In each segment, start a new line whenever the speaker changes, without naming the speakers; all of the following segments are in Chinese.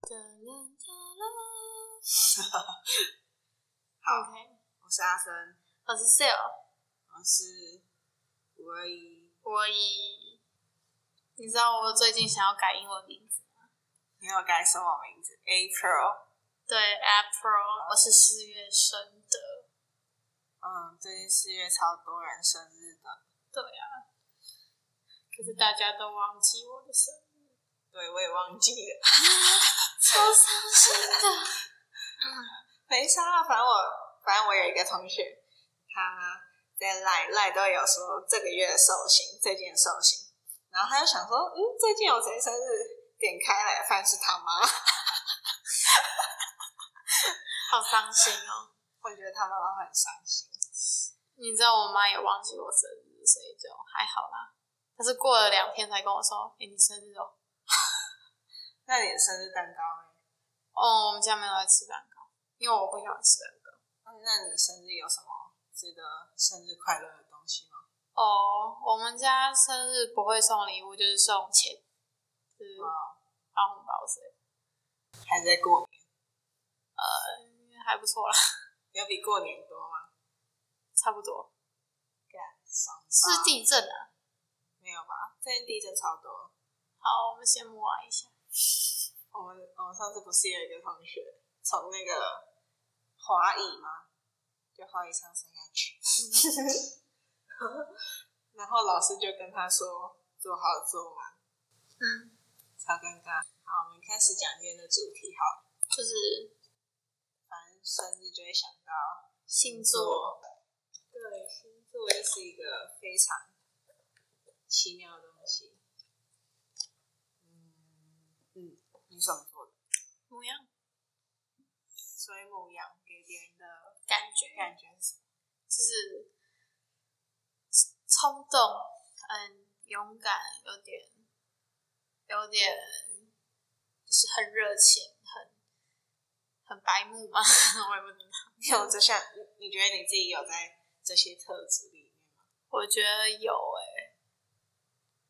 好，
OK，
我是阿森，
我是 Sale，
我是五二一，
哦我以你知道我最近想要改英文名字，
你有改什么名字？April。
对，April，我是四月生的，
嗯，最近四月超多人生日的，
对啊，可是大家都忘记我的生日，
对我也忘记了，
超伤心的。
没啥啊，反正我反正我有一个同学，他在赖赖都有说这个月的寿星，最近的寿星，然后他就想说，嗯，最近有谁生日？点开来，发现是他妈，
好伤心哦！
我觉得他妈妈会很伤心。
你知道我妈也忘记我生日，所以就还好啦。她是过了两天才跟我说：“哎、你生日哦
那你的生日蛋糕呢？！”
哦，我们家没有在吃蛋糕，因为我不喜欢吃蛋糕。
嗯那你生日有什么值得生日快乐的东西吗？
哦，我们家生日不会送礼物，就是送钱，就是
哦，
发红包之类的。
还在过年，
呃，还不错啦，
有比过年多吗？
差不多。
干，爽爆
是地震啊！
没有吧？最近地震超多。
好，我们先摸一下。
我们我们上次不是有一个同学从那个华裔吗？就华裔上升下去， 然后老师就跟他说做好做满，
嗯，
超尴尬。好，我们开始讲今天的主题好了，
就是
反正生日就会想到
星座，
对，星座又是一个非常奇妙的东西。嗯嗯，你什么座的？
模样、
所以母羊给别人的
感觉、
感觉是什么？
就是冲动，嗯，勇敢，有点，有点，就是很热情，很很白目嘛， 我也不知道。
你有这项？你你觉得你自己有在这些特质里面吗？
我觉得有欸诶、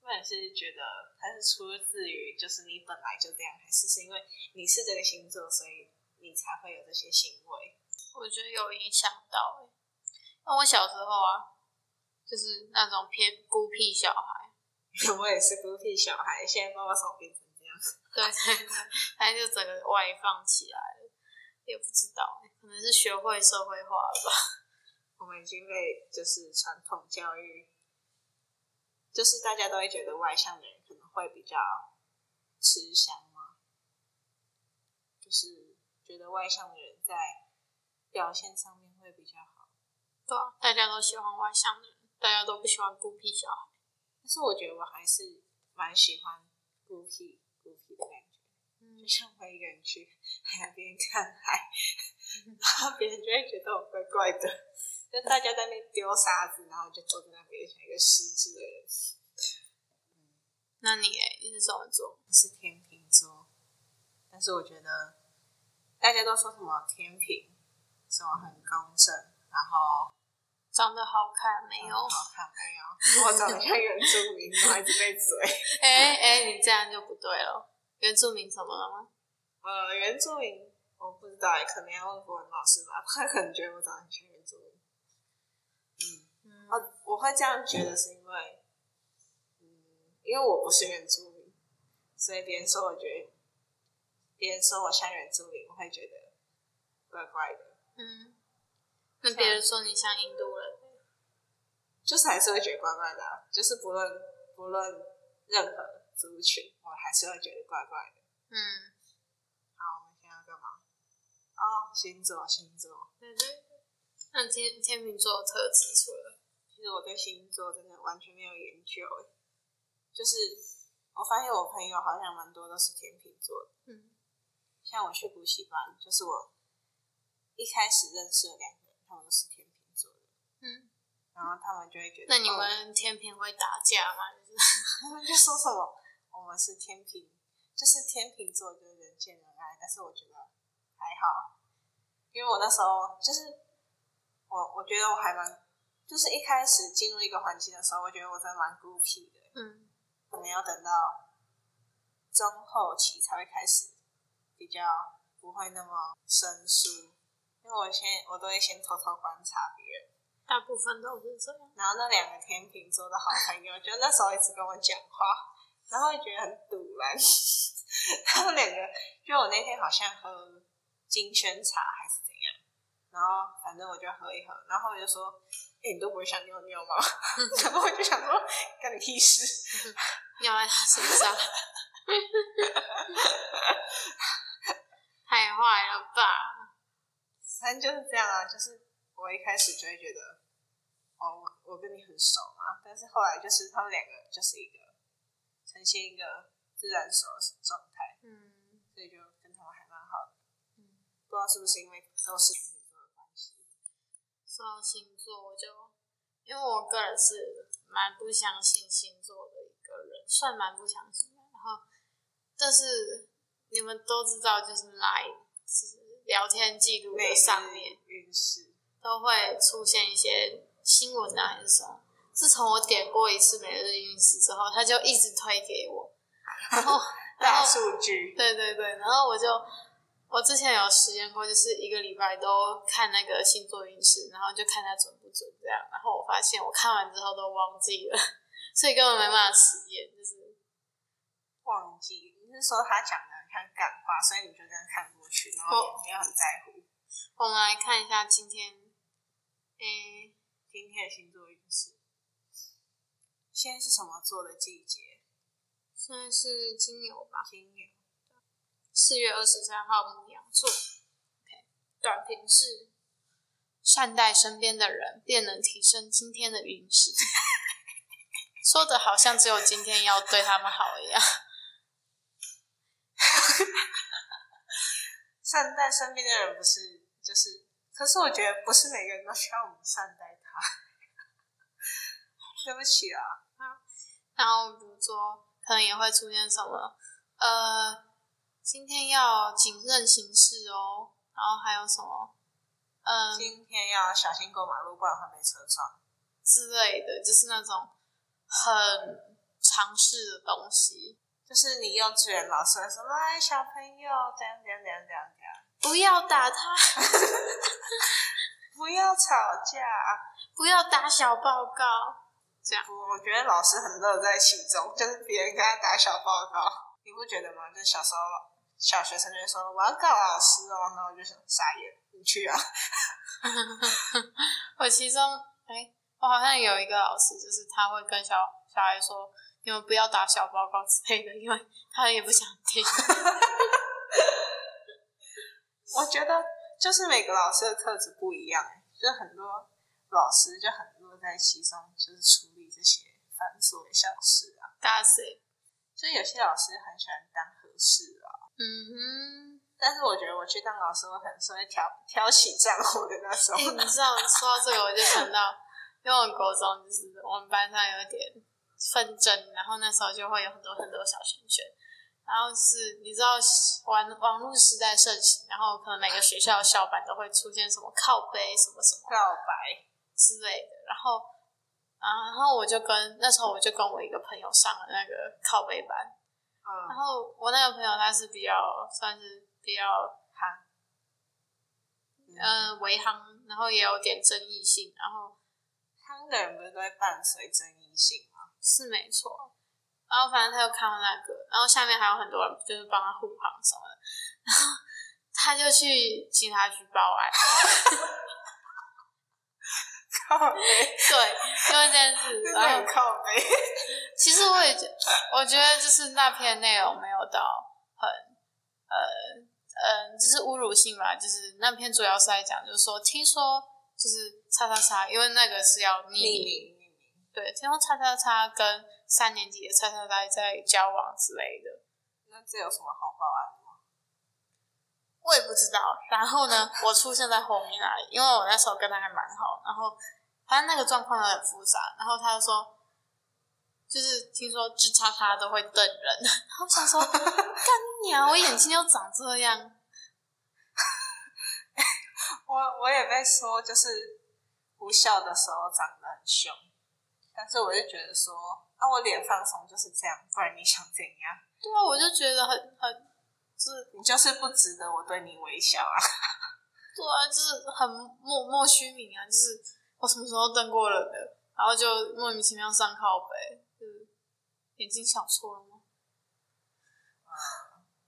那你是觉得它是出自于就是你本来就这样，还是是因为你是这个星座，所以你才会有这些行为？
我觉得有影响到诶、那我小时候啊，就是那种偏孤僻小孩，
我也是孤僻小孩，现在爸爸手变成这样。
对 对对，他就整个外放起来了，也不知道、欸，可能是学会社会化了吧。
我们已经被就是传统教育，就是大家都会觉得外向的人可能会比较吃香吗？就是觉得外向的人在表现上面会比较好，
对啊，大家都喜欢外向的人，大家都不喜欢孤僻小孩。
但是我觉得我还是蛮喜欢孤僻孤僻的感觉，
嗯
就，像我一个人去海边看海，然后别人就会觉得我怪怪的，就大家在那边丢沙子，然后我就坐在那边像一个失智的人。
那你诶，你是什么座？
我是天秤座，但是我觉得大家都说什么天平，什么很公正，然后
长得好看没有？
好看没有？我长得像原住民，然后一直被嘴。
哎哎，你这样就不对了。原住民怎么了吗？
呃，原住民我不知道欸，可能要问国文老师吧，他可能觉得我长得很像原住民。嗯，
嗯
哦，我会这样觉得是因为，嗯，因为我不是原住民，所以别人说我觉得，别人说我像原住民，我会觉得怪怪的。
嗯，那别人说你像印度人，
就是还是会觉得怪怪的啊、就是不论不论任何族群，我还是会觉得怪怪的。
嗯，
好，我们现在要干嘛？哦，星座，星座。
对对。那天天秤座的特质除了
其实我对星座真的完全没有研究欸，就是我发现我朋友好像蛮多都是天秤座的。
嗯
像我去补习班，就是我一开始认识的两个人，他们都是天秤座的，
嗯，
然后他们就会觉得，
那你
哦
们天平会打架吗？就是
他们就说什么我们是天平，就是天秤座就是人见人爱，但是我觉得还好，因为我那时候就是我我觉得我还蛮，就是一开始进入一个环境的时候，我觉得我真的蛮孤僻的，
嗯
可能要等到中后期才会开始比较不会那么生疏，因为我先我都会先偷偷观察别人。
大部分都是这样。
然后那两个天秤座的好朋友， 就那时候一直跟我讲话，然后就觉得很堵然。 他们两个，就我那天好像喝金萱茶还是怎样，然后反正我就喝一喝，然后我就说：“哎、你都不会想尿尿吗？” 然后我就想说：“干你屁事
尿在他身上，太坏了吧！！”
反正就是这样啊，就是我一开始就会觉得，哦，我跟你很熟嘛，但是后来就是他们两个就是一个呈现一个自然熟的状态。
嗯，
所以就跟他们还蛮好的。
嗯
不知道是不是因为都是天秤座的关系，
说到星座，我就因为我个人是蛮不相信星座的一个人，算蛮不相信的。然后，但是你们都知道，就是 Line 是聊天记录的上面，
运势，
都会出现一些新闻啊，还是什么。自从我点过一次每日运势之后，他就一直推给我，然后然
大
后
数据，
对对对，然后我就我之前有实验过，就是一个礼拜都看那个星座运势，然后就看它准不准这样。然后我发现我看完之后都忘记了，所以根本没办法实验。就是
忘记你是说他讲的很像感话，所以你就这样看过去，然后也没有很在乎
我们来看一下今天，诶，
今天的星座运势。现在是什么座的季节？
现在是金牛吧，
金牛，
四月二十三号母羊座。OK，短评是。善待身边的人，便能提升今天的运势。 说的好像只有今天要对他们好一样。
善待身边的人不是就是，可是我觉得不是每个人都需要我们善待他。 对不起啊，
然后比如说，可能也会出现什么，呃，今天要谨慎行事哦。然后还有什么，嗯、
今天要小心过马路，不然会被车撞。
之类的，就是那种很尝试的东西。
就是你幼稚园老师会说来小朋友怎样怎样怎样怎样怎样，
不要打他，
不要吵架。
不要打小报告。
我我觉得老师很乐在其中，就是别人跟他打小报告，你不觉得吗？就小时候小学生就会说我要告老师哦，那我就想傻眼，你去啊。
我其中，哎，我好像有一个老师，就是他会跟小小孩说，你们不要打小报告之类的，因为他也不想听。
我觉得就是每个老师的特质不一样，就很多老师就很乐在其中，就是处理这些繁琐的小事啊。
打谁？
就有些老师很喜欢当和事佬。
嗯哼。
但是我觉得我去当老师，我可能是会挑挑起战火的那种
哎、。你知道说到这个，我就想到，因为我国中就是我们班上有点纷争，然后那时候就会有很多很多小圈圈，然后就是你知道玩网络时代盛行，然后可能每个学校的校版都会出现什么靠背什么什么
告白，
之类的，然后啊，然后我就跟那时候我就跟我一个朋友上了那个靠背班，然
嗯，
后我那个朋友他是比较算是比较
好，
呃维航，然后也有点争议性，然后。
汤的人不是都会伴随争议性吗？
是没错。然后反正他就看到那个，然后下面还有很多人就是帮他护航什么的，然后他就去警察局报案。
靠背，
对，因为这件事，
真
然
的有
后
靠背，
其实我也觉，我觉得就是那篇内容没有到很，呃，嗯、就是侮辱性吧。就是那篇主要是在讲，就是说，听说就是叉叉叉，因为那个是要匿
匿
名，
名匿名，
对，听说叉叉叉跟三年级的叉叉叉在交往之类的。
那这有什么好报案的吗？
我也不知道。然后呢，我出现在后面而已，因为我那时候跟他还蛮好。然后反正那个状况有点复杂。然后他就说，就是听说吱叉叉都会瞪人。然后我想说，干你娘！我眼睛又长这样，
我我也被说就是无效的时候长得很凶，但是我就觉得说，啊，我脸放松就是这样，不然你想怎样？
对啊，我就觉得很很
就是你就是不值得我对你微笑啊。
对啊，就是很莫莫虚名啊，就是我什么时候瞪过人了，然后就莫名其妙上靠背，就是眼睛想错了吗？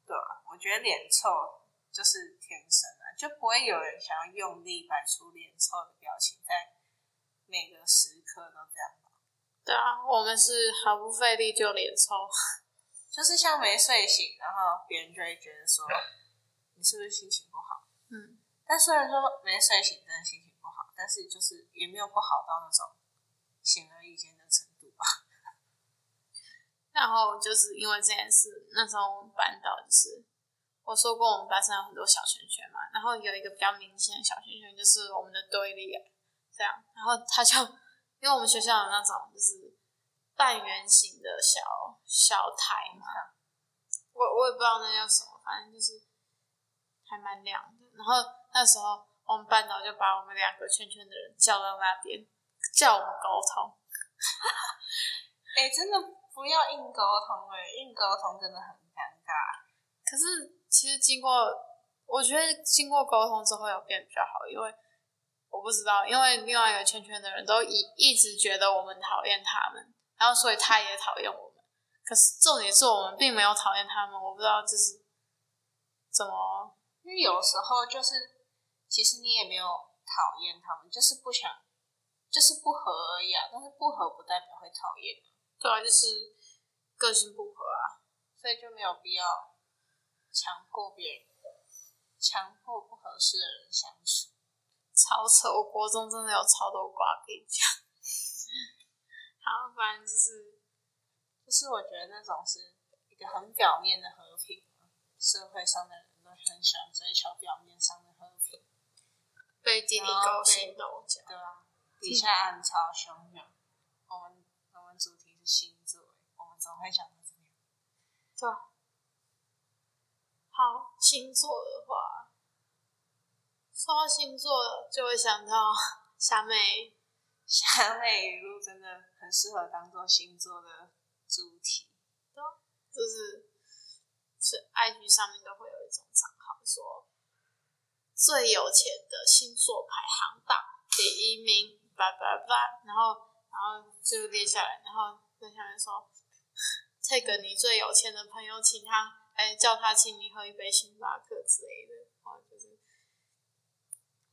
对啊，我觉得脸臭就是天生的、就不会有人想要用力摆出脸臭的表情，在每个时刻都这样吧。
对啊，我们是毫不费力就脸抽，
就是像没睡醒，然后别人就会觉得说你是不是心情不好？
嗯，
但虽然说没睡醒真的心情不好，但是就是也没有不好到那种显而易见的程度吧。
然后就是因为这件事，那时候我们班导就是我说过我们班上有很多小圈圈嘛，然后有一个比较明显的小圈圈就是我们的对立、啊、这样，然后他就因为我们学校有那种就是半圆形的小小台嘛，我我也不知道那叫什么，反正就是还蛮亮的。然后那时候我们班导就把我们两个圈圈的人叫到那边，叫我们沟通。
哎、真的不要硬沟通哎、硬沟通真的很尴尬。
可是其实经过，我觉得经过沟通之后有变比较好，因为我不知道，因为另外一个圈圈的人都一一直觉得我们讨厌他们，然后所以他也讨厌我们。可是重点是我们并没有讨厌他们，我不知道这是怎么
因为有时候就是，其实你也没有讨厌他们，就是不想，就是不合而已啊。但是不合不代表会讨厌，
对啊，就是个性不合啊。
所以就没有必要强迫别人，强迫不合适的人相处。
超扯！我国中真的有超多瓜可以讲。 好，反正就是
就是我觉得那种是一个很表面的和平，啊社会上的人都很喜欢追求表面上的和平，啊
背地里勾心斗角。
对吧、底下暗潮汹涌。我们我们主题是星座，我们总会想到这样。
对啊。好，星座的话，说到星座就会想到 小美，
夏妹语录真的很适合当做星座的主题。
就是是 IG 上面都会有一种账号说最有钱的星座排行榜第一名，叭叭叭，然后然后就列下来，然后在下面说 take 你最有钱的朋友，请他哎叫他请你喝一杯星巴克之类的，然后就是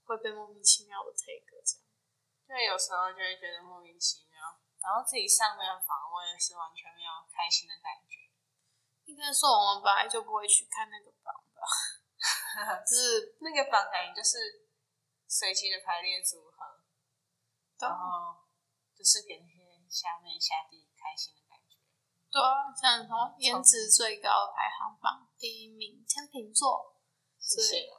会被莫名其妙的 take 这样。
对，有时候就会觉得莫名其妙，然后自己上那个访问是完全没有开心的感觉。
应该说我们本来就不会去看那个榜吧，就是
那个榜感觉就是随机的排列组合，然后就是给那些虾妹下地开心的感觉。
对啊，像什么颜值最高的排行榜第一名天秤座，
谢谢
对。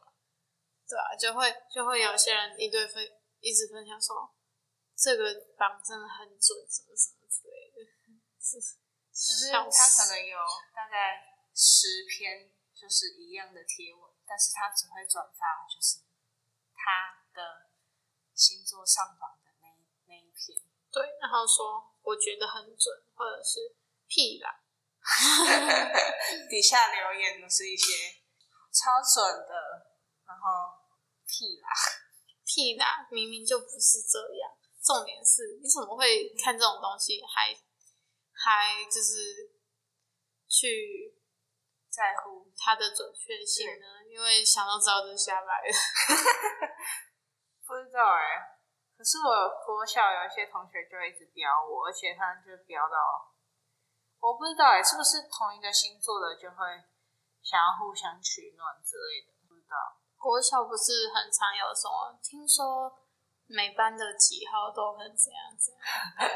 对啊，就会就会有些人一堆分一直分享说这个榜真的很准，什么什么之类的，是
只是
笑
他
死
可能有大概十篇就是一样的贴文，但是他只会转发就是他的星座上榜的那一那一 篇。
对，然后说我觉得很准，或者是屁啦，
底下留言都是一些超准的，然后屁啦，
屁啦，明明就不是这样。重点是，你怎么会看这种东西还还就是去
在乎
它的准确性呢？因为想都知道这是瞎掰的。
不知道哎、可是我国小有一些同学就会一直标我，而且他就标到我不知道哎、是不是同一个星座的就会想要互相取暖之类的，不知道。
国小不是很常有什么？听说每班的几号都很怎样怎样。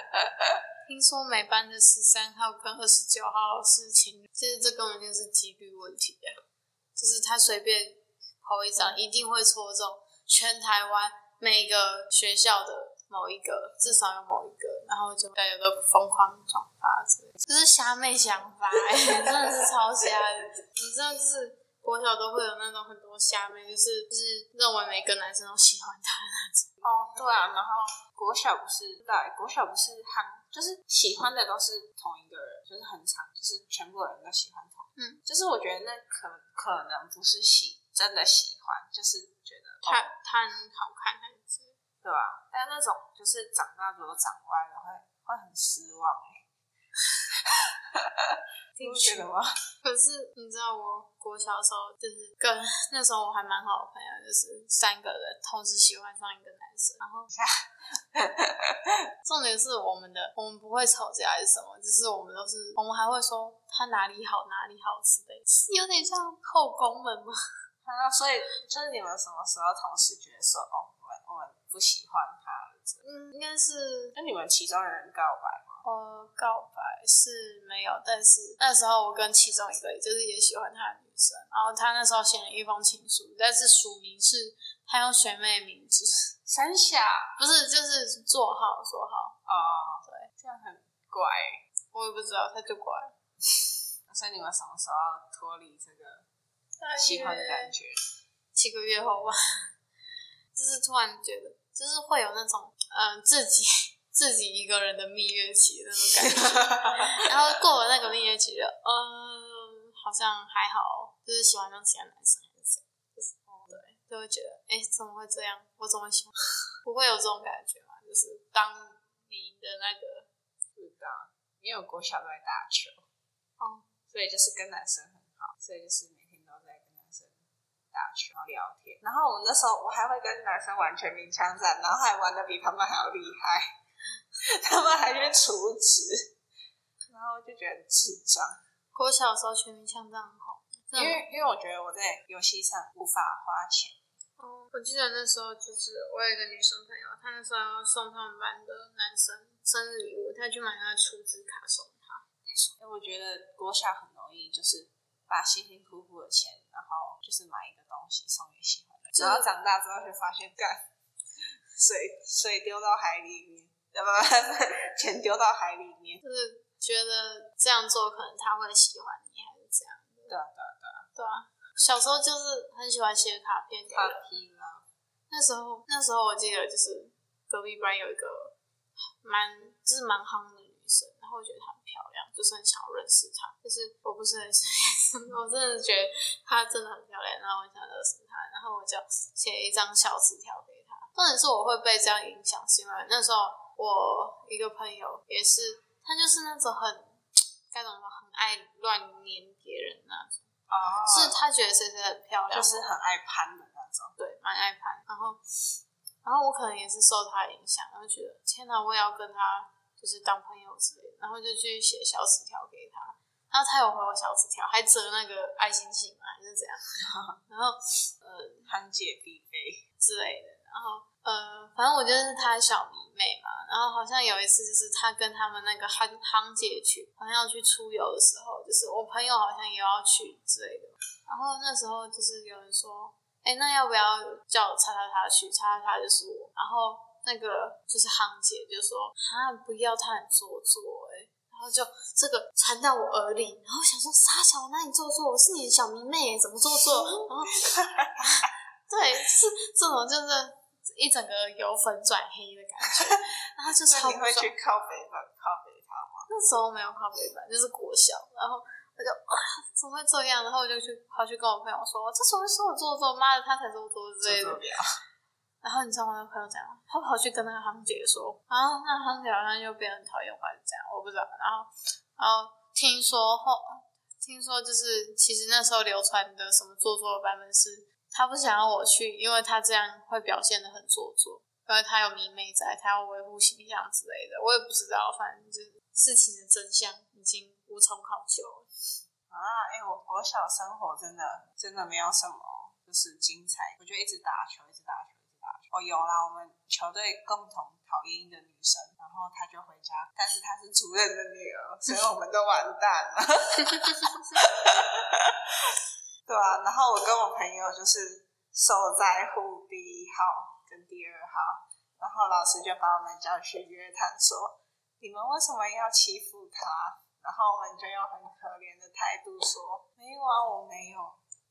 听说每班的十三号跟二十九号是情侣，其实这根本就是几率问题啊！就是他随便投一张，一定会戳中全台湾每个学校的某一个，至少有某一个，然后就大家都疯狂转发之类的，就是瞎妹想法、欸，真的是超瞎的。你知道，就是国小都会有那种很多瞎妹，就是就是认为每个男生都喜欢她那种。
哦，对啊，然后国小不是对，国小不是很就是喜欢的都是同一个人，就是很常就是全部人都喜欢同一
嗯，
就是我觉得那可可能不是喜真的喜欢，就是觉得
他
哦，
他很好看还是？
对吧、但那种就是长大如果长歪了，会会很失望哎、你不觉得吗？
可是你知道，我国小的时候就是跟 那时候我还蛮好的朋友，就是三个人同时喜欢上一个男生，然后重点是我们的我们不会吵架还是什么，就是我们都是我们还会说他哪里好哪里好之类的，是有点像后宫们吗？
啊，所以就是你们什么时候同时觉得说哦，我们我们不喜欢他了？这样
嗯，应该是
那你们其中的人告白吗？
呃，告白是没有，但是那时候我跟其中一个就是也喜欢他的女生，然后他那时候写了一封情书，但是署名是他用学妹的名字，
三下
不是就是做好说好，
哦，
对，
这样很怪欸。
我也不知道，他就过来了，
所以你们什么时候脱离这个喜欢的感觉？
七个月后吧， 就是突然觉得，就是会有那种嗯、呃自己自己一个人的蜜月期的 那种感觉。然后过了那个蜜月期了，嗯，好像还好，就是喜欢上其他男生还是谁，就是哦对，就会觉得，哎、怎么会这样？我怎么会喜欢？ 不会有这种感觉嘛？就是当你的那个，
不知道，因为我国小都在打球，
哦，
所以就是跟男生很好，所以就是每天都在跟男生打球然后聊天。然后我那时候我还会跟男生玩全民枪战，然后还玩的比他们还要厉害， 他们还去除职，然后就觉得很智障。
我小的时候全民枪战很好，
因为因为我觉得我在游戏上无法花钱，
哦，我记得那时候就是我有一个女生朋友，她那时候要送他们班的男生生日礼物，她去买他的储值卡送他。
哎，我觉得国小很容易就是把辛辛苦苦的钱，然后就是买一个东西送给喜欢的人，
就是
然后长大之后就发现，干水水丢到海里面，呃不，钱丢到海里面。
就是觉得这样做可能他会喜欢你，还是这样？
对啊对啊，
对啊，小时候就是很喜欢写卡片给人。
皮吗？
那时候那时候我记得就是隔壁班有一个蛮就是蛮夯的女生，然后我觉得她很漂亮，就是很想要认识她。就是我不是很想，我真的觉得她真的很漂亮，然后我想认识她，然后我就写一张小纸条给她。重点是我会被这样影响，是因为那时候我一个朋友也是，她就是那种很该怎么说，很爱乱粘别人那种，
哦，
是她觉得谁谁很漂亮，
就是很爱攀的那种。
对，蛮爱看。然后，然后我可能也是受他影响，然后觉得天哪，我也要跟他就是当朋友之类的，然后就去写小纸条给他。然后他有回我小纸条，还折那个爱心形嘛，还是 怎样？然后呃
攀姐必备，
之类的，然后呃，反正我就是他的小迷妹嘛。然后好像有一次就是他跟他们那个夯夯姐去，好像要去出游的时候，就是我朋友好像也要去之类的。然后那时候就是有人说，哎、那要不要叫叉叉叉去？叉叉叉就是我。然后那个就是夯姐就说，啊，不要，他很做作、欸，哎。然后就这个传到我耳里，然后想说傻小，我哪里做作？我是你的小迷妹、怎么做作？然后 对，是这种就是一整个由粉转黑的感觉，然后就
那
超
你
不
会
爽。
去靠北吧？靠北他吗？
那时候没有靠北版，就是国小，然后我就啊，怎么会这样？然后我就去跑去跟我朋友说，这怎么会说我做作？妈的，他才做作之类
做
的
作。表，
然后你知道我那个朋友怎样？他跑去跟那个堂姐说，啊，那堂姐好像就变得很讨厌我，还是怎样？我不知道。然后，然后听说后，听说就是其实那时候流传的什么做作的版本是，他不想要我去，因为他这样会表现的很做作，因为他有迷妹在，他要维护形象之类哎的。我也不知道，反正就是事情的真相已经无从考究了。
啊，哎、我国小生活真的真的没有什么，就是精彩。我就一直打球，一直打球，一直打球。哦，有啦，我们球队共同讨厌一个女生，然后她就回家，但是她是主任的女儿，所以我们都完蛋了。 对啊，然后我跟我朋友就是受灾户第一号跟第二号，然后老师就把我们叫去约谈说，你们为什么要欺负他？然后我们就用很可怜的态度说，没有啊，我没有。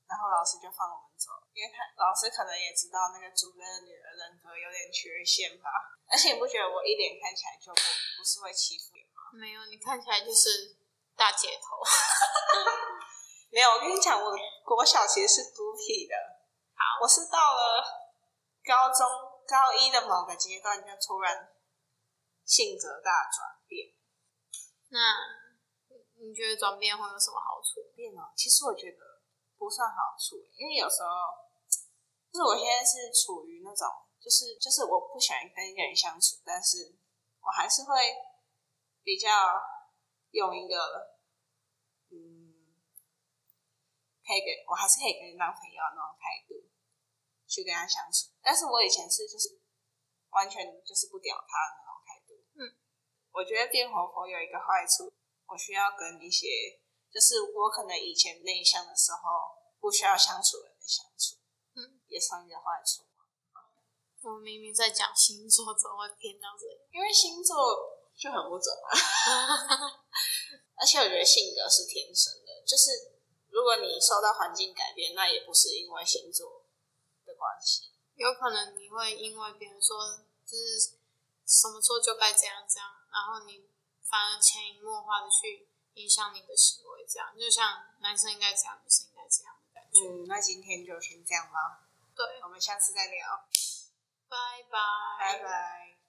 然后老师就放我们走，因为他老师可能也知道那个主任的女儿人格有点缺陷吧。 而且你不觉得我一脸看起来就不不是会欺负人吗？
没有，你看起来就是大姐头。
没有，我跟你讲，我国小其实是独体的。好，我是到了高中高一的某个阶段，就突然性格大转变。
那你你觉得转变会有什么好处？
变哦，其实我觉得不算好处，欸因为有时候，就是我现在是处于那种，就是就是我不喜欢跟一个人相处，但是我还是会比较用一个，嗯，可以跟我还是可以跟人当朋友的那种态度去跟他相处，但是我以前是就是完全就是不屌他的那种态度，
嗯，
我觉得变活泼有一个坏处，我需要跟一些。就是我可能以前内向的时候，不需要相处的人相处，
嗯，
也算一个坏处。
我们明明在讲星座，怎么会偏到这里？
因为星座就很不准啊， 而且我觉得性格是天生的，就是如果你受到环境改变，那也不是因为星座的关系。
有可能你会因为别人说就是什么做就该怎样怎样，然后你反而潜移默化的去影响你的行为，这样就像男生应该这样，女生应该这样的感觉。
嗯，那今天
嗯
就先这样吧，
对，
我们下次再聊，
拜拜，
拜拜